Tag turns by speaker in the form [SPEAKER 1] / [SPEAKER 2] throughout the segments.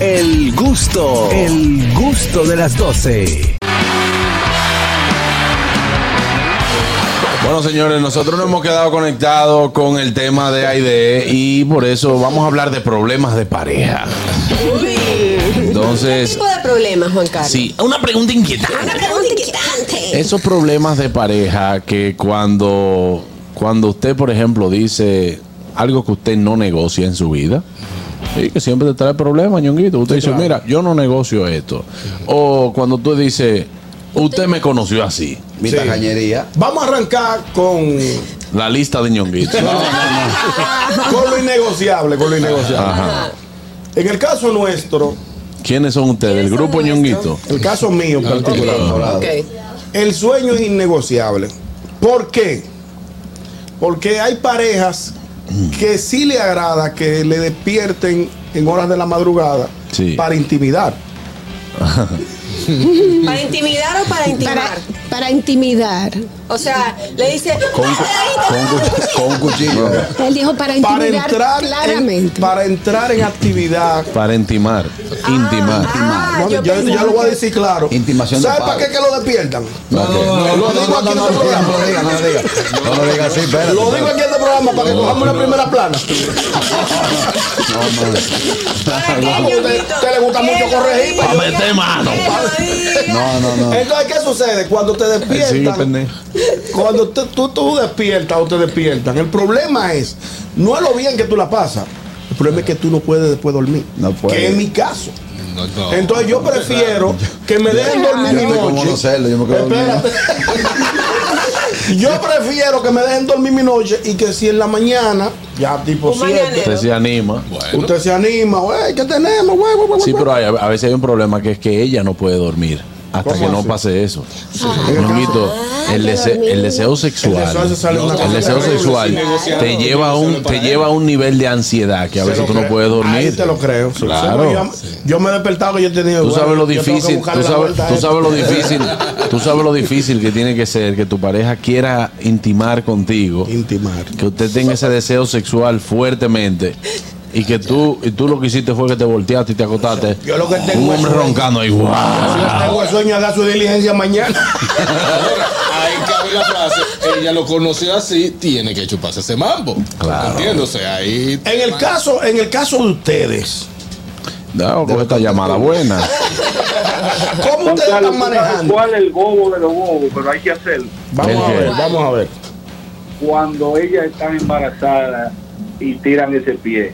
[SPEAKER 1] El gusto, el gusto de las 12.
[SPEAKER 2] Bueno, señores, nosotros nos hemos quedado conectados con el tema de AIDE y por eso vamos a hablar de problemas de pareja.
[SPEAKER 3] ¿Qué
[SPEAKER 2] Entonces,
[SPEAKER 3] tipo de problema, Juan Carlos? Ah,
[SPEAKER 2] sí, una pregunta inquietante.
[SPEAKER 3] Una pregunta inquietante.
[SPEAKER 2] Esos problemas de pareja que cuando, cuando usted, por ejemplo, dice algo que usted no negocia en su vida, y que siempre te trae problemas, ñonguito. Usted dice, mira, yo no negocio esto. O cuando tú dices, usted me conoció así.
[SPEAKER 4] Mi
[SPEAKER 5] Sí.
[SPEAKER 4] tacañería.
[SPEAKER 5] Vamos a arrancar con,
[SPEAKER 2] La lista de ñonguito.
[SPEAKER 5] con lo innegociable, con lo innegociable.
[SPEAKER 2] Ajá.
[SPEAKER 5] En el caso nuestro,
[SPEAKER 2] ¿Quiénes son ustedes? ¿El
[SPEAKER 3] ¿Quiénes
[SPEAKER 2] grupo
[SPEAKER 3] son
[SPEAKER 2] ñonguito?
[SPEAKER 5] el caso mío en particular,
[SPEAKER 3] Ok, ok.
[SPEAKER 5] el sueño es innegociable. ¿Por qué? Porque hay parejas que sí le agrada que le despierten en horas de la madrugada
[SPEAKER 2] Sí.
[SPEAKER 5] para intimidar.
[SPEAKER 3] ¿Para intimidar o para
[SPEAKER 6] Para,
[SPEAKER 3] intimar?
[SPEAKER 6] para intimidar.
[SPEAKER 3] O sea, le dice.
[SPEAKER 4] Con, cu- con cu- con un cuchillo.
[SPEAKER 6] Él dijo para
[SPEAKER 5] Para
[SPEAKER 6] intimidar
[SPEAKER 5] entrar, en,
[SPEAKER 6] claramente.
[SPEAKER 5] para entrar en actividad.
[SPEAKER 2] Para intimar. Intimar.
[SPEAKER 3] Ah,
[SPEAKER 5] Bueno,
[SPEAKER 3] yo
[SPEAKER 5] ya,
[SPEAKER 3] pensaba
[SPEAKER 5] ya lo voy a
[SPEAKER 3] que-
[SPEAKER 5] decir claro.
[SPEAKER 4] Intimación de
[SPEAKER 5] ¿Sabe para
[SPEAKER 4] pago.
[SPEAKER 5] qué que lo despiertan?
[SPEAKER 4] No, no, no, no, no, no, no, no, no lo diga, no lo diga. No lo diga así, espérate.
[SPEAKER 5] Lo digo aquí en este programa para que cojamos una primera plana.
[SPEAKER 3] ¿Para qué,
[SPEAKER 5] Vamos,
[SPEAKER 3] Ñonguito?
[SPEAKER 5] usted- usted le gusta
[SPEAKER 3] Que
[SPEAKER 5] mucho
[SPEAKER 3] lo
[SPEAKER 5] corregir,
[SPEAKER 3] diga,
[SPEAKER 2] pero- Pa' meter mano.
[SPEAKER 3] que lo diga.
[SPEAKER 4] No, no, no.
[SPEAKER 5] Entonces, ¿qué sucede? Cuando te
[SPEAKER 2] Sigue,
[SPEAKER 5] despiertan,
[SPEAKER 2] pendejo.
[SPEAKER 5] cuando te- tú, tú despiertas o te despiertan, el problema es, no es lo bien que tú la pasas, el problema es que tú no puedes después dormir.
[SPEAKER 4] No puedes.
[SPEAKER 5] Que es mi caso.
[SPEAKER 7] No, no.
[SPEAKER 5] Entonces yo prefiero que me dejen dormir
[SPEAKER 4] Yo
[SPEAKER 5] mi
[SPEAKER 4] estoy como
[SPEAKER 5] noche.
[SPEAKER 4] uno cerdo, yo me quedo dormido.
[SPEAKER 5] Espérate. Yo prefiero que me dejen dormir mi noche y que si en la mañana, ya tipo
[SPEAKER 3] Un
[SPEAKER 5] 7,
[SPEAKER 3] mañanero.
[SPEAKER 2] Usted se anima.
[SPEAKER 7] Bueno,
[SPEAKER 5] usted se anima, güey, ¿qué tenemos, güey? güey, güey,
[SPEAKER 2] Sí,
[SPEAKER 5] güey?"
[SPEAKER 2] pero hay- a veces hay un problema que es que ella no puede dormir hasta
[SPEAKER 5] ¿Cómo
[SPEAKER 2] que no
[SPEAKER 5] así?
[SPEAKER 2] pase eso. Ñonguito, el, dese- el deseo
[SPEAKER 5] El
[SPEAKER 2] sexual,
[SPEAKER 5] deseo se sale una
[SPEAKER 2] el
[SPEAKER 5] cosa
[SPEAKER 2] deseo
[SPEAKER 5] terrible,
[SPEAKER 2] sexual
[SPEAKER 5] sin
[SPEAKER 2] te
[SPEAKER 7] negociar.
[SPEAKER 2] lleva a un te lleva a un nivel de ansiedad que a veces
[SPEAKER 5] Te
[SPEAKER 2] tú
[SPEAKER 5] lo
[SPEAKER 2] no
[SPEAKER 5] creo.
[SPEAKER 2] puedes
[SPEAKER 5] Ahí
[SPEAKER 2] dormir.
[SPEAKER 5] te lo creo.
[SPEAKER 2] Claro.
[SPEAKER 5] Yo, yo me he despertado que yo he tenido.
[SPEAKER 2] Tú sabes lo
[SPEAKER 5] yo tengo que
[SPEAKER 2] difícil,
[SPEAKER 5] buscarle
[SPEAKER 2] tú
[SPEAKER 5] la
[SPEAKER 2] sabes,
[SPEAKER 5] vuelta a
[SPEAKER 2] tú
[SPEAKER 5] esto.
[SPEAKER 2] sabes lo difícil, tú sabes lo difícil que tiene que ser que tu pareja quiera intimar contigo,
[SPEAKER 5] Intimar.
[SPEAKER 2] que usted tenga ese deseo sexual fuertemente y que tú y tú lo que hiciste fue que te volteaste y te acostaste.
[SPEAKER 5] Yo lo que tengo
[SPEAKER 2] Un hombre
[SPEAKER 5] es-
[SPEAKER 2] roncando ahí,
[SPEAKER 5] Yo
[SPEAKER 2] ¡guau!
[SPEAKER 5] tengo el sueño de dar su diligencia mañana.
[SPEAKER 7] ahora, ahí cabe la frase, ella lo conoció así, tiene que chuparse ese mambo.
[SPEAKER 2] Claro.
[SPEAKER 7] Entiéndose, ahí.
[SPEAKER 5] En el caso, en el caso de ustedes,
[SPEAKER 2] No, con esta llamada buena.
[SPEAKER 5] ¿cómo ustedes están manejando?
[SPEAKER 8] ¿Cuál es el bobo de los bobos? Pero hay que hacerlo.
[SPEAKER 5] Vamos a
[SPEAKER 2] ¿El qué?
[SPEAKER 5] ver, vamos a ver.
[SPEAKER 8] Cuando ellas están embarazadas y tiran ese pie,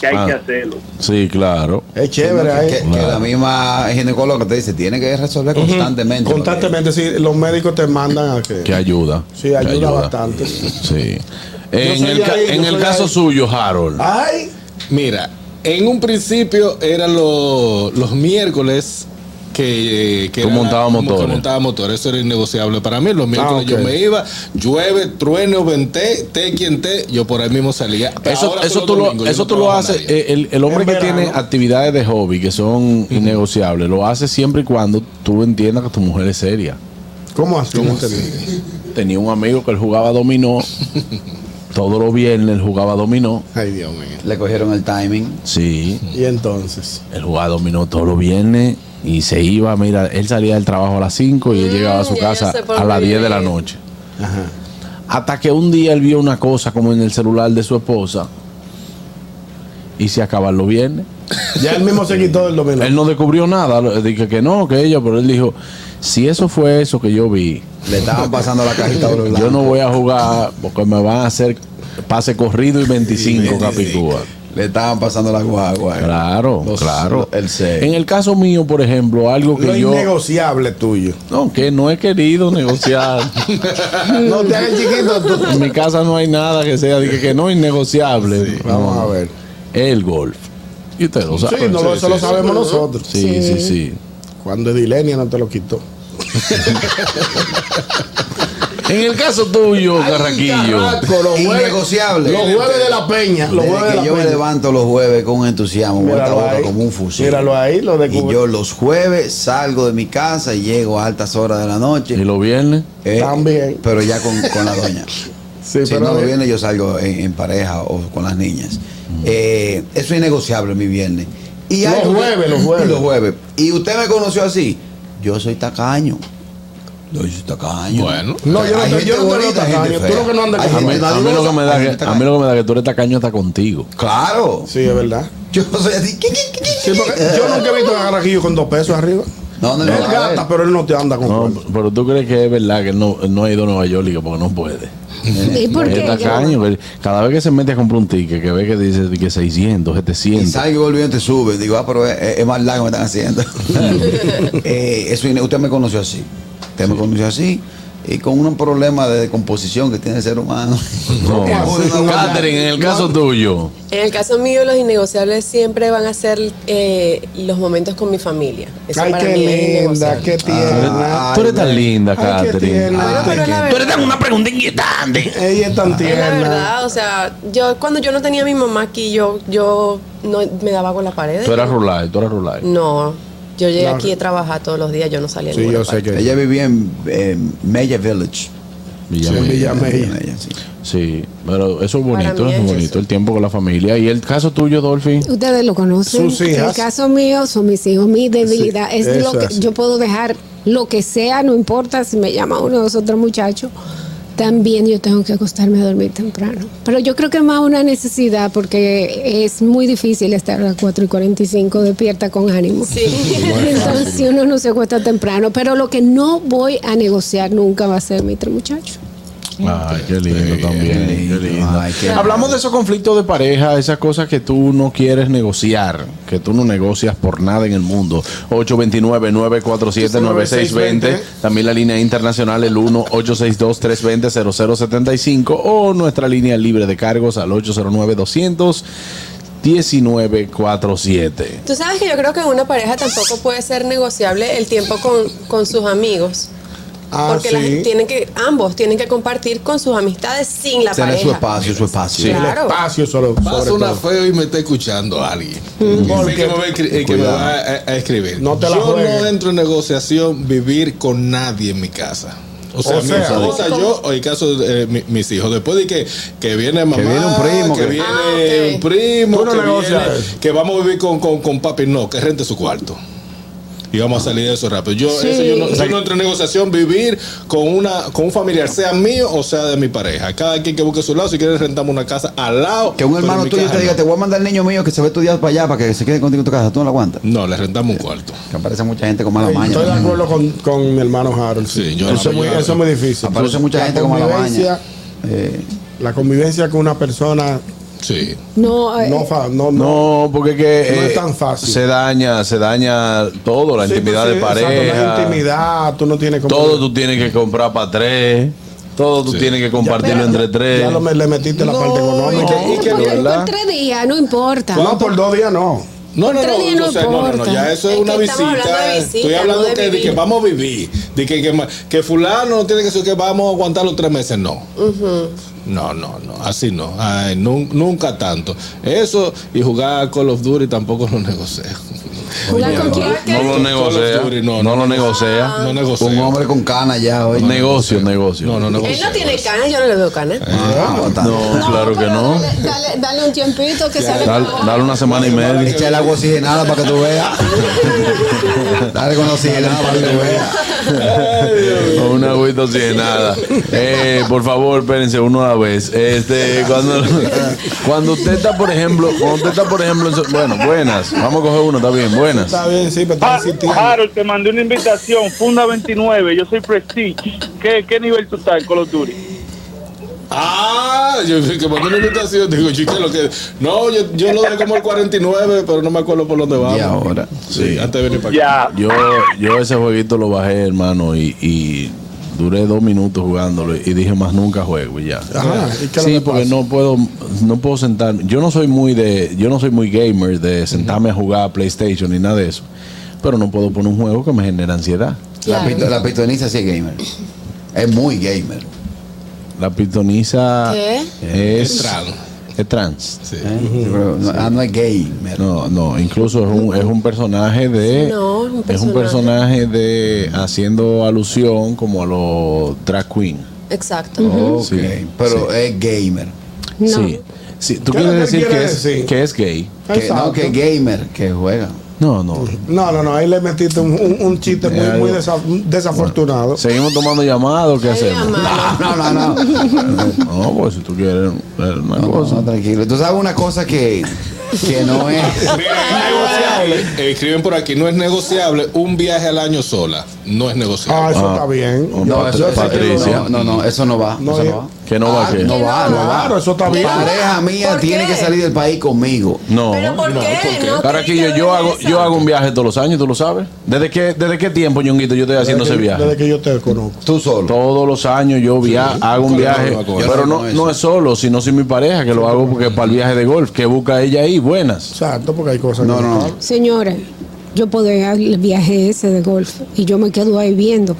[SPEAKER 8] que hay
[SPEAKER 2] Ah.
[SPEAKER 8] que hacerlo.
[SPEAKER 2] Sí, claro.
[SPEAKER 5] Es chévere
[SPEAKER 4] Que,
[SPEAKER 5] ahí.
[SPEAKER 4] que la misma ginecóloga te dice, tiene que resolver constantemente.
[SPEAKER 5] Constantemente, sí, los médicos te mandan a
[SPEAKER 2] Que
[SPEAKER 5] que.
[SPEAKER 2] ayuda.
[SPEAKER 5] Sí,
[SPEAKER 2] que
[SPEAKER 5] ayuda bastante.
[SPEAKER 2] Sí. En
[SPEAKER 5] soy
[SPEAKER 2] el,
[SPEAKER 5] de
[SPEAKER 2] ca-
[SPEAKER 5] ahí, yo
[SPEAKER 2] en
[SPEAKER 5] soy
[SPEAKER 2] el
[SPEAKER 5] de
[SPEAKER 2] caso
[SPEAKER 5] ahí.
[SPEAKER 2] suyo, Harold.
[SPEAKER 5] Ay,
[SPEAKER 7] Mira, en un principio eran lo- los miércoles que, que
[SPEAKER 2] Tú
[SPEAKER 7] era la-
[SPEAKER 2] montabas
[SPEAKER 7] como que
[SPEAKER 2] motores. Ah,
[SPEAKER 7] montaba motor, eso era innegociable para mí. Los miércoles
[SPEAKER 5] ok.
[SPEAKER 7] yo me iba, llueve, trueno, venté, té, quien té, yo por ahí mismo salía.
[SPEAKER 2] Eso,
[SPEAKER 7] Ahora
[SPEAKER 2] eso
[SPEAKER 7] solo
[SPEAKER 2] tú lo,
[SPEAKER 7] domingo, yo
[SPEAKER 2] eso
[SPEAKER 7] no
[SPEAKER 2] tú lo
[SPEAKER 7] trabajo
[SPEAKER 2] haces.
[SPEAKER 7] nadie.
[SPEAKER 2] eh, El, el hombre
[SPEAKER 5] En
[SPEAKER 2] que
[SPEAKER 5] verano.
[SPEAKER 2] tiene actividades de hobby que son innegociables, lo hace siempre y cuando tú entiendas que tu mujer es seria.
[SPEAKER 5] ¿cómo así? No entendí.
[SPEAKER 2] Tenía un amigo que él jugaba dominó. Todos los viernes él jugaba dominó.
[SPEAKER 5] Ay, Dios mío.
[SPEAKER 4] Le cogieron el timing.
[SPEAKER 2] Sí,
[SPEAKER 5] Y entonces.
[SPEAKER 2] él jugaba dominó todos los viernes y se iba. Mira, él salía del trabajo a las 5 y él
[SPEAKER 3] Mm,
[SPEAKER 2] llegaba a su
[SPEAKER 3] ya yo
[SPEAKER 2] casa
[SPEAKER 3] sé por
[SPEAKER 2] a las
[SPEAKER 3] dónde
[SPEAKER 2] 10 de la
[SPEAKER 3] viene.
[SPEAKER 2] noche. Hasta que un día él vio una cosa como en el celular de su esposa y se acaban los viernes.
[SPEAKER 5] Ya él mismo se quitó del domingo.
[SPEAKER 2] Él no descubrió nada, lo- dije que no, que ella, pero él dijo, si eso fue eso que yo vi,
[SPEAKER 4] Le estaban pasando la cajita de los
[SPEAKER 2] yo no voy a jugar porque me van a hacer pase corrido y 25 capicúa.
[SPEAKER 4] Le estaban pasando la guagua. eh.
[SPEAKER 2] Claro,
[SPEAKER 4] Los-
[SPEAKER 2] claro.
[SPEAKER 4] el se-
[SPEAKER 2] En el caso mío, por ejemplo, algo
[SPEAKER 5] Eh, Lo
[SPEAKER 2] que yo...
[SPEAKER 5] innegociable tuyo.
[SPEAKER 2] No, que no he querido negociar.
[SPEAKER 5] No te hagas chiquito tú.
[SPEAKER 2] en mi casa no hay nada que sea, dije que no es negociable.
[SPEAKER 5] Vamos a ver.
[SPEAKER 2] El golf. Y usted lo sabe.
[SPEAKER 5] Sí, no, lo- eso lo sabemos nosotros.
[SPEAKER 2] Sí, sí, sí.
[SPEAKER 5] Cuando Edilenia no te lo quitó.
[SPEAKER 2] En el caso tuyo, Carraquillo.
[SPEAKER 5] Caraco, los jueves,
[SPEAKER 4] Innegociable.
[SPEAKER 5] los jueves de la peña. Los
[SPEAKER 4] Desde
[SPEAKER 5] jueves de
[SPEAKER 4] que
[SPEAKER 5] la
[SPEAKER 4] yo me
[SPEAKER 5] peña.
[SPEAKER 4] levanto los jueves con entusiasmo, vuelta a
[SPEAKER 5] Míralo
[SPEAKER 4] boca
[SPEAKER 5] ahí.
[SPEAKER 4] como un fusil.
[SPEAKER 5] Míralo ahí, lo
[SPEAKER 4] Y
[SPEAKER 5] descubrí.
[SPEAKER 4] yo los jueves salgo de mi casa y llego a altas horas de la noche.
[SPEAKER 2] ¿Y los viernes?
[SPEAKER 4] eh,
[SPEAKER 5] También.
[SPEAKER 4] Pero ya con, con la doña.
[SPEAKER 5] Sí,
[SPEAKER 4] si
[SPEAKER 5] pero
[SPEAKER 4] no
[SPEAKER 5] eh,
[SPEAKER 4] los viernes
[SPEAKER 2] Mm.
[SPEAKER 4] yo salgo en, en pareja o con las niñas. Eh, eso es innegociable mi viernes. Y
[SPEAKER 5] Los
[SPEAKER 4] algo que-
[SPEAKER 5] jueves, los jueves.
[SPEAKER 4] Los jueves. Y usted me conoció así. Yo soy tacaño. Yo soy tacaño.
[SPEAKER 7] Bueno.
[SPEAKER 5] No, yo no
[SPEAKER 4] Hay
[SPEAKER 5] te- yo no
[SPEAKER 4] gente
[SPEAKER 5] te veo
[SPEAKER 4] bonita, hay
[SPEAKER 5] tacaño.
[SPEAKER 4] gente
[SPEAKER 5] Tú
[SPEAKER 4] fea.
[SPEAKER 5] lo que no andas
[SPEAKER 4] Hay
[SPEAKER 5] con-
[SPEAKER 2] A mí,
[SPEAKER 4] gente
[SPEAKER 2] a mí lo que me da
[SPEAKER 4] Hay
[SPEAKER 2] que,
[SPEAKER 4] gente
[SPEAKER 2] a mí lo que me da que tú eres tacaño está contigo.
[SPEAKER 4] Claro.
[SPEAKER 5] Sí, es verdad.
[SPEAKER 4] Yo soy así. qui, qui, qui, qui,
[SPEAKER 5] Sí,
[SPEAKER 4] qui.
[SPEAKER 5] porque yo nunca he visto a Garajillo con dos pesos arriba.
[SPEAKER 4] No, no, no,
[SPEAKER 5] él
[SPEAKER 4] a
[SPEAKER 5] gasta,
[SPEAKER 4] ver.
[SPEAKER 5] pero él no te anda con
[SPEAKER 2] No,
[SPEAKER 5] cuernos.
[SPEAKER 2] pero tú crees que es verdad que él no, él no ha ido a Nueva York y que porque no puede.
[SPEAKER 6] ¿Y por
[SPEAKER 2] Es
[SPEAKER 6] qué?
[SPEAKER 2] tacaño, que cada vez que se mete a comprar un ticket, que ve que dice de que 600,
[SPEAKER 4] Y
[SPEAKER 2] 700.
[SPEAKER 4] salgo y volviendo te sube. Digo, ah, pero es, es- es más largo me están haciendo. Eh, eso, ine- usted me conoció así. Usted me conoció así. Y con un problema de composición que tiene el ser humano.
[SPEAKER 2] No. Catherine, en el caso tuyo.
[SPEAKER 3] En el caso mío, los innegociables siempre van a ser eh, los momentos con mi familia.
[SPEAKER 4] pues,
[SPEAKER 3] Eso
[SPEAKER 5] Ay,
[SPEAKER 3] para
[SPEAKER 5] qué
[SPEAKER 3] mí es
[SPEAKER 5] linda,
[SPEAKER 3] innegociable.
[SPEAKER 5] qué tierna.
[SPEAKER 4] Ay,
[SPEAKER 2] tú eres tan
[SPEAKER 4] bueno.
[SPEAKER 2] linda,
[SPEAKER 5] Ay, qué
[SPEAKER 2] Catherine. Ah,
[SPEAKER 5] tierna.
[SPEAKER 3] Bueno, pero la verdad,
[SPEAKER 2] tan una pregunta inquietante.
[SPEAKER 5] Ella es tan
[SPEAKER 3] es la
[SPEAKER 5] tierna.
[SPEAKER 3] verdad, o sea, yo cuando yo no tenía a mi mamá aquí, yo, yo no me daba con la pared.
[SPEAKER 2] Tú eras Rulay, tú eras Rulay.
[SPEAKER 3] No, yo llegué
[SPEAKER 5] Claro.
[SPEAKER 3] aquí a trabajar todos los días, yo no salía a
[SPEAKER 5] Sí,
[SPEAKER 3] ninguna
[SPEAKER 5] yo sé
[SPEAKER 3] parte.
[SPEAKER 5] que.
[SPEAKER 4] Ella vivía en, en Mella Village.
[SPEAKER 2] Villamella.
[SPEAKER 5] Sí, Villamella. Mella.
[SPEAKER 4] En Mella, sí.
[SPEAKER 2] Sí, pero eso es
[SPEAKER 3] Para
[SPEAKER 2] bonito,
[SPEAKER 3] mí
[SPEAKER 2] es
[SPEAKER 3] es
[SPEAKER 2] bonito,
[SPEAKER 3] eso.
[SPEAKER 2] el tiempo con la familia. ¿Y el caso tuyo, Dolphy?
[SPEAKER 6] Ustedes lo conocen.
[SPEAKER 5] Sus hijas.
[SPEAKER 6] El caso mío son mis hijos. Mi debilidad
[SPEAKER 5] Sí,
[SPEAKER 6] es lo
[SPEAKER 5] eso
[SPEAKER 6] que
[SPEAKER 5] es.
[SPEAKER 6] yo puedo dejar lo que sea, no importa si me llama uno de los otros muchachos. También yo tengo que acostarme a dormir temprano. Pero yo creo que es más una necesidad porque es muy difícil estar a las 4 y 45 despierta con ánimo.
[SPEAKER 3] Sí.
[SPEAKER 6] Entonces uno no se acuesta temprano. Pero lo que no voy a negociar nunca va a ser mi otro muchacho.
[SPEAKER 2] Ay, qué
[SPEAKER 5] este,
[SPEAKER 2] lindo también.
[SPEAKER 4] qué lindo.
[SPEAKER 2] qué lindo.
[SPEAKER 4] Ay, qué lindo.
[SPEAKER 2] Hablamos de esos conflictos de pareja, esas cosas que tú no quieres negociar, que tú no negocias por nada en el mundo. 829-947-9620. También la línea internacional, el 1-862-320-0075. O nuestra línea libre de cargos al 809-200-1947.
[SPEAKER 3] Tú sabes que yo creo que en una pareja tampoco puede ser negociable el tiempo con, con sus amigos.
[SPEAKER 5] Ah,
[SPEAKER 3] porque las-
[SPEAKER 5] sí.
[SPEAKER 3] tienen que, ambos tienen que compartir con sus amistades sin la
[SPEAKER 4] Tiene
[SPEAKER 3] pareja.
[SPEAKER 4] su espacio, su espacio.
[SPEAKER 2] Sí.
[SPEAKER 5] El
[SPEAKER 3] Claro.
[SPEAKER 5] espacio solo.
[SPEAKER 7] Pasa
[SPEAKER 5] sobre
[SPEAKER 7] una
[SPEAKER 5] todo. Mm.
[SPEAKER 7] feo y me está escuchando alguien.
[SPEAKER 5] Porque-
[SPEAKER 7] Porque que me va a, escri- eh, que me va a- a- a escribir.
[SPEAKER 5] No te la
[SPEAKER 7] yo
[SPEAKER 5] juegues.
[SPEAKER 7] no entro en negociación vivir con nadie en mi casa. O sea,
[SPEAKER 5] O
[SPEAKER 7] mi
[SPEAKER 5] sea,
[SPEAKER 7] esposa, yo, o en caso de eh, mi- mis hijos. Después de que, que viene mamá,
[SPEAKER 4] viene un primo,
[SPEAKER 7] que
[SPEAKER 4] que-
[SPEAKER 7] viene
[SPEAKER 3] Ah, ok.
[SPEAKER 7] un primo,
[SPEAKER 5] Tú no
[SPEAKER 7] que,
[SPEAKER 5] negocias
[SPEAKER 7] viene-
[SPEAKER 5] eso.
[SPEAKER 7] que vamos a vivir con, con, con papi. No, que rente su cuarto. Y vamos a salir de eso rápido. Yo, eso yo no, yo no entro en negociación vivir con una con un familiar, sea mío o sea de mi pareja. Cada quien que busque su lado, si quiere rentamos una casa al lado.
[SPEAKER 4] Que un
[SPEAKER 7] pero en
[SPEAKER 4] hermano
[SPEAKER 7] mi
[SPEAKER 4] tuyo
[SPEAKER 7] casa
[SPEAKER 4] te diga,
[SPEAKER 7] no.
[SPEAKER 4] te voy a mandar al niño mío que se va a estudiar para allá para que se quede contigo en tu casa. Tú no lo aguantas.
[SPEAKER 7] No, le rentamos un cuarto.
[SPEAKER 4] Que aparece mucha gente con mala
[SPEAKER 5] Ay,
[SPEAKER 4] maña.
[SPEAKER 5] Estoy de acuerdo con, con mi hermano Harold.
[SPEAKER 7] Sí, yo
[SPEAKER 5] eso,
[SPEAKER 7] no
[SPEAKER 5] es muy,
[SPEAKER 7] apoyo.
[SPEAKER 5] eso es muy difícil.
[SPEAKER 4] Aparece mucha
[SPEAKER 5] La
[SPEAKER 4] gente con mala
[SPEAKER 5] convivencia-
[SPEAKER 4] maña. Eh,
[SPEAKER 5] La convivencia con una persona
[SPEAKER 7] Sí.
[SPEAKER 6] No,
[SPEAKER 7] Pues,
[SPEAKER 6] eh,
[SPEAKER 5] no, fa- no, no.
[SPEAKER 2] No, porque que
[SPEAKER 5] No es
[SPEAKER 2] eh,
[SPEAKER 5] tan fácil.
[SPEAKER 2] Se daña, se daña todo, la
[SPEAKER 5] Sí,
[SPEAKER 2] intimidad
[SPEAKER 5] pues,
[SPEAKER 2] de
[SPEAKER 5] sí, exacto,
[SPEAKER 2] pareja.
[SPEAKER 5] la intimidad, tú no tienes como-
[SPEAKER 2] Todo tú tienes que comprar para tres. Todo tú
[SPEAKER 7] Sí.
[SPEAKER 2] tienes que compartirlo
[SPEAKER 5] Ya-
[SPEAKER 2] entre
[SPEAKER 5] ya-
[SPEAKER 2] tres.
[SPEAKER 5] Ya lo me- le metiste la
[SPEAKER 7] No,
[SPEAKER 5] parte económica.
[SPEAKER 7] y que- y que-
[SPEAKER 6] Pero
[SPEAKER 2] ¿verdad?
[SPEAKER 6] por tres días, no importa.
[SPEAKER 5] No, por dos días no.
[SPEAKER 7] No, no,
[SPEAKER 6] Tres
[SPEAKER 7] no,
[SPEAKER 6] días no
[SPEAKER 7] o sea, no, no, no,
[SPEAKER 6] importa.
[SPEAKER 7] ya eso es,
[SPEAKER 3] Es que estamos
[SPEAKER 7] una visita. eh.
[SPEAKER 3] hablando de visita,
[SPEAKER 7] Estoy hablando
[SPEAKER 3] no de
[SPEAKER 7] que, de que
[SPEAKER 3] vivir.
[SPEAKER 7] vamos a vivir, de que, que, ma- que fulano no tiene que ser que vamos a aguantar los tres meses, no. No, no, no, así no, Ay, nun- nunca tanto. Eso y jugar a Call of Duty tampoco lo negocio.
[SPEAKER 6] ¿Jugar con quién?
[SPEAKER 2] No lo negocia.
[SPEAKER 7] Solo Fury,
[SPEAKER 2] No,
[SPEAKER 7] no,
[SPEAKER 2] lo
[SPEAKER 7] no.
[SPEAKER 2] negocia.
[SPEAKER 7] No negocio.
[SPEAKER 4] un hombre con cana ya hoy.
[SPEAKER 2] negocio, negocio.
[SPEAKER 7] No, no negocio.
[SPEAKER 3] Él no tiene canas, yo no le veo canas.
[SPEAKER 2] No, Eh, claro que
[SPEAKER 6] pero
[SPEAKER 2] no.
[SPEAKER 6] Dale, dale- dale un tiempito que sale.
[SPEAKER 2] Dale, dale una semana y media.
[SPEAKER 4] Echa el agua oxigenada para que tú veas. Dale con la oxigenada para que tú veas.
[SPEAKER 2] O una agüita oxigenada. Eh, por favor, espérense uno a la vez. Este, cuando, cuando usted está, por ejemplo, cuando usted está, por ejemplo, en su- bueno, buenas. Vamos a coger uno, está bien, buenas.
[SPEAKER 5] Está bien, sí, pero está
[SPEAKER 9] Ah,
[SPEAKER 5] insistiendo.
[SPEAKER 9] Harold, te mandé una invitación, Funda 29, yo soy Prestige. ¿Qué, qué nivel tú estás en Call of Duty?
[SPEAKER 7] Ah, yo que mandé una invitación, digo, chica, lo que. No, yo, yo lo doy como el 49, pero no me acuerdo por dónde vamos.
[SPEAKER 4] Y ahora.
[SPEAKER 7] Sí, antes de venir para acá.
[SPEAKER 9] Ya.
[SPEAKER 2] Yo, yo ese jueguito lo bajé, hermano, y, y duré dos minutos jugándolo y dije más nunca juego y ya.
[SPEAKER 5] Ajá, ¿y qué es lo
[SPEAKER 2] sí,
[SPEAKER 5] que
[SPEAKER 2] porque
[SPEAKER 5] pasa?
[SPEAKER 2] no puedo, no puedo sentar. Yo no soy muy de, yo no soy muy gamer de sentarme a jugar a PlayStation ni nada de eso. Pero no puedo poner un juego que me genere ansiedad.
[SPEAKER 4] La, pito- la pitonisa sí es gamer. Es muy gamer.
[SPEAKER 2] La
[SPEAKER 6] Ah.
[SPEAKER 2] pitoniza
[SPEAKER 3] ¿Qué?
[SPEAKER 2] es
[SPEAKER 7] Es trans.
[SPEAKER 2] Es trans.
[SPEAKER 7] Sí.
[SPEAKER 4] ¿eh? Pero no, ah, no es gamer.
[SPEAKER 2] No, no, incluso es un, es un personaje de.
[SPEAKER 3] No, es un
[SPEAKER 2] es un personaje de haciendo alusión como a los drag queen.
[SPEAKER 3] Exacto.
[SPEAKER 4] Ok,
[SPEAKER 2] Sí,
[SPEAKER 4] pero es gamer.
[SPEAKER 6] No.
[SPEAKER 2] Sí. si- ¿Tú
[SPEAKER 5] ¿Qué
[SPEAKER 2] quieres
[SPEAKER 5] es lo que
[SPEAKER 2] decir
[SPEAKER 5] él
[SPEAKER 2] que
[SPEAKER 5] quiere
[SPEAKER 2] es,
[SPEAKER 5] decir?
[SPEAKER 2] que es gay?
[SPEAKER 4] Que, no,
[SPEAKER 5] Exacto.
[SPEAKER 4] que gamer, que juega.
[SPEAKER 2] No, no.
[SPEAKER 5] No, no, no, ahí le metiste un, un- un chiste muy,
[SPEAKER 2] Eh,
[SPEAKER 5] muy desa- desafortunado.
[SPEAKER 2] ¿Seguimos tomando llamados? ¿Qué hacemos?
[SPEAKER 4] No, Ah, no, no, no.
[SPEAKER 2] No, pues si tú quieres eh, una
[SPEAKER 4] No,
[SPEAKER 2] cosa.
[SPEAKER 4] no, tranquilo. Tú sabes una cosa que, que no es.
[SPEAKER 7] Eh, escriben por aquí, no es negociable un viaje al año sola. No es
[SPEAKER 5] Ah,
[SPEAKER 7] negociable.
[SPEAKER 5] eso
[SPEAKER 2] Ah.
[SPEAKER 5] está bien.
[SPEAKER 2] No,
[SPEAKER 4] No, eso, eso-
[SPEAKER 2] Patricia.
[SPEAKER 4] No, no, no, eso no va.
[SPEAKER 5] No,
[SPEAKER 4] eso
[SPEAKER 5] yo-
[SPEAKER 4] no va.
[SPEAKER 2] Que no va,
[SPEAKER 4] Ah,
[SPEAKER 2] que.
[SPEAKER 4] No va, no va.
[SPEAKER 5] Claro, eso está bien.
[SPEAKER 4] Pareja mía
[SPEAKER 3] ¿Por
[SPEAKER 4] tiene
[SPEAKER 3] qué?
[SPEAKER 4] que salir del país conmigo.
[SPEAKER 2] No.
[SPEAKER 3] ¿Pero por qué? No
[SPEAKER 2] Ahora aquí
[SPEAKER 3] tiene
[SPEAKER 2] yo,
[SPEAKER 3] que
[SPEAKER 2] yo
[SPEAKER 3] ver
[SPEAKER 2] hago
[SPEAKER 3] eso.
[SPEAKER 2] yo hago un viaje todos los años, tú lo sabes. ¿Desde qué, desde qué tiempo, Ñonguito, yo estoy haciendo
[SPEAKER 5] desde,
[SPEAKER 2] ese
[SPEAKER 5] que- desde
[SPEAKER 2] viaje?
[SPEAKER 5] que yo te conozco.
[SPEAKER 4] Tú solo.
[SPEAKER 2] Todos los años yo via hago un
[SPEAKER 7] ¿Cuál es el
[SPEAKER 2] viaje,
[SPEAKER 7] problema con eso?
[SPEAKER 2] pero no,
[SPEAKER 4] Con
[SPEAKER 2] no
[SPEAKER 4] eso.
[SPEAKER 2] es solo, sino sin mi pareja, que lo hago porque para el viaje de golf, que busca ella ahí, buenas.
[SPEAKER 5] Exacto, porque hay cosas
[SPEAKER 4] No,
[SPEAKER 5] que
[SPEAKER 4] no, no.
[SPEAKER 5] están.
[SPEAKER 6] Señores, yo puedo ir al viaje ese de golf y yo me quedo ahí viendo.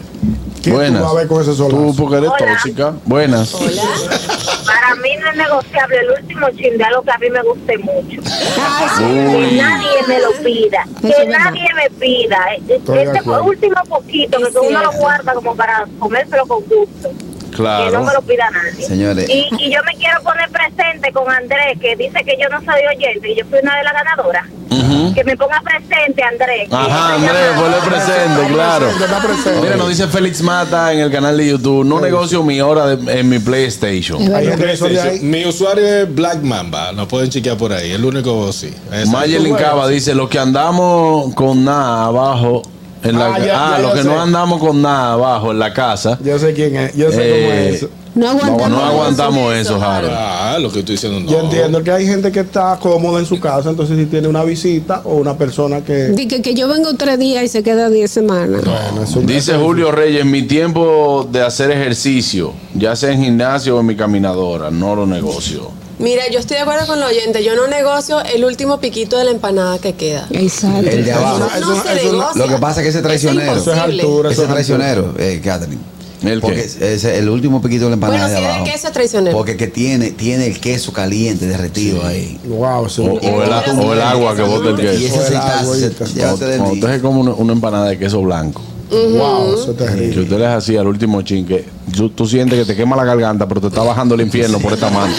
[SPEAKER 5] ¿Qué tú
[SPEAKER 2] buenas.
[SPEAKER 5] vas a ver con ese solazo?
[SPEAKER 2] Tú porque eres
[SPEAKER 10] Hola.
[SPEAKER 2] tóxica. Buenas.
[SPEAKER 10] Para mí no es negociable el último chingadero que a mí me guste mucho. Que
[SPEAKER 2] Uy.
[SPEAKER 10] nadie me lo pida.
[SPEAKER 6] Eso
[SPEAKER 10] Que
[SPEAKER 6] es verdad.
[SPEAKER 10] nadie me pida.
[SPEAKER 5] Estoy de
[SPEAKER 10] Este
[SPEAKER 5] acuerdo.
[SPEAKER 10] último poquito
[SPEAKER 3] Es
[SPEAKER 10] que uno lo
[SPEAKER 3] cierto.
[SPEAKER 10] guarda como para comérselo con gusto. Que no
[SPEAKER 2] Claro.
[SPEAKER 10] me lo pida nadie.
[SPEAKER 4] Señores.
[SPEAKER 10] Y, y yo me quiero poner presente con Andrés, que dice que yo no soy oyente, que yo fui una de las ganadoras.
[SPEAKER 2] Ujú.
[SPEAKER 10] Que me ponga presente, Andrés. que
[SPEAKER 2] Ajá,
[SPEAKER 10] esta
[SPEAKER 2] Andrés,
[SPEAKER 10] llamada-
[SPEAKER 2] ponle presente, claro.
[SPEAKER 5] Está presente.
[SPEAKER 2] Mira, nos dice Félix Mata en el canal de YouTube, no negocio mi hora de- en mi PlayStation.
[SPEAKER 6] Es
[SPEAKER 5] Hay
[SPEAKER 6] verdad.
[SPEAKER 5] gente que son de ahí.
[SPEAKER 7] Mi usuario es Black Mamba, lo pueden chequear por ahí, el único sí. Ese.
[SPEAKER 2] Mayelin Cava dice, los que andamos con nada abajo, en la
[SPEAKER 5] Ah, ya,
[SPEAKER 2] ah,
[SPEAKER 5] ya,
[SPEAKER 2] los
[SPEAKER 5] ya
[SPEAKER 2] que
[SPEAKER 5] sé.
[SPEAKER 2] no andamos con nada abajo en la casa,
[SPEAKER 5] Yo sé quién es, yo sé cómo
[SPEAKER 2] Eh,
[SPEAKER 5] es eso.
[SPEAKER 6] No aguantamos.
[SPEAKER 2] no aguantamos eso, Harold.
[SPEAKER 7] Ah, lo que estoy diciendo no.
[SPEAKER 5] Yo entiendo que hay gente que está cómoda en su casa, entonces si tiene una visita o una persona que...
[SPEAKER 6] Di que, que yo vengo tres días y se queda diez semanas.
[SPEAKER 5] Bueno, es un-
[SPEAKER 2] Dice Julio Reyes, mi tiempo de hacer ejercicio, ya sea en gimnasio o en mi caminadora, no lo negocio.
[SPEAKER 3] Mira, yo estoy de acuerdo con el oyente. Yo no negocio el último piquito de la empanada que queda.
[SPEAKER 6] Exacto.
[SPEAKER 4] El de abajo.
[SPEAKER 5] Eso
[SPEAKER 3] no
[SPEAKER 5] no-
[SPEAKER 3] se
[SPEAKER 5] eso no-
[SPEAKER 3] negocia.
[SPEAKER 4] Lo que pasa es que ese traicionero.
[SPEAKER 5] Eso es
[SPEAKER 3] imposible.
[SPEAKER 5] altura.
[SPEAKER 4] Ese traicionero, eh, Catherine.
[SPEAKER 2] ¿El qué?
[SPEAKER 4] porque ese es el último piquito de la empanada
[SPEAKER 3] Bueno, si
[SPEAKER 4] de
[SPEAKER 3] es
[SPEAKER 4] abajo.
[SPEAKER 3] de queso es traicionero.
[SPEAKER 4] Porque que tiene, tiene el queso caliente derretido ahí.
[SPEAKER 5] Wow,
[SPEAKER 2] O,
[SPEAKER 5] sí.
[SPEAKER 2] o el, a- o el agua que bota el
[SPEAKER 4] Y
[SPEAKER 2] queso.
[SPEAKER 4] ese
[SPEAKER 5] O el
[SPEAKER 4] aceitazo se
[SPEAKER 5] agüita.
[SPEAKER 4] ya se
[SPEAKER 2] Cuando usted
[SPEAKER 4] derrite.
[SPEAKER 2] se come una, una empanada de queso blanco,
[SPEAKER 5] Wow, eso es terrible.
[SPEAKER 2] que usted les hacía al último chin, que tú, tú sientes que te quema la garganta, pero te está bajando el infierno por esta mano.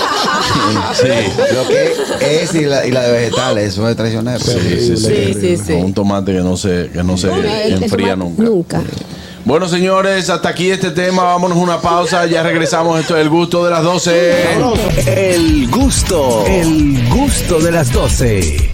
[SPEAKER 2] sí.
[SPEAKER 4] Lo que es y la, y la de vegetales, eso es traicionero.
[SPEAKER 2] Sí, sí, sí.
[SPEAKER 3] Sí, sí, sí.
[SPEAKER 2] Con un tomate que no se, que no se
[SPEAKER 6] El- el
[SPEAKER 2] enfría
[SPEAKER 6] tomate-
[SPEAKER 2] nunca.
[SPEAKER 6] Nunca.
[SPEAKER 2] Bueno, señores, hasta aquí este tema. Vámonos una pausa. Ya regresamos. Esto es el gusto de las 12.
[SPEAKER 1] El gusto, el gusto de las 12.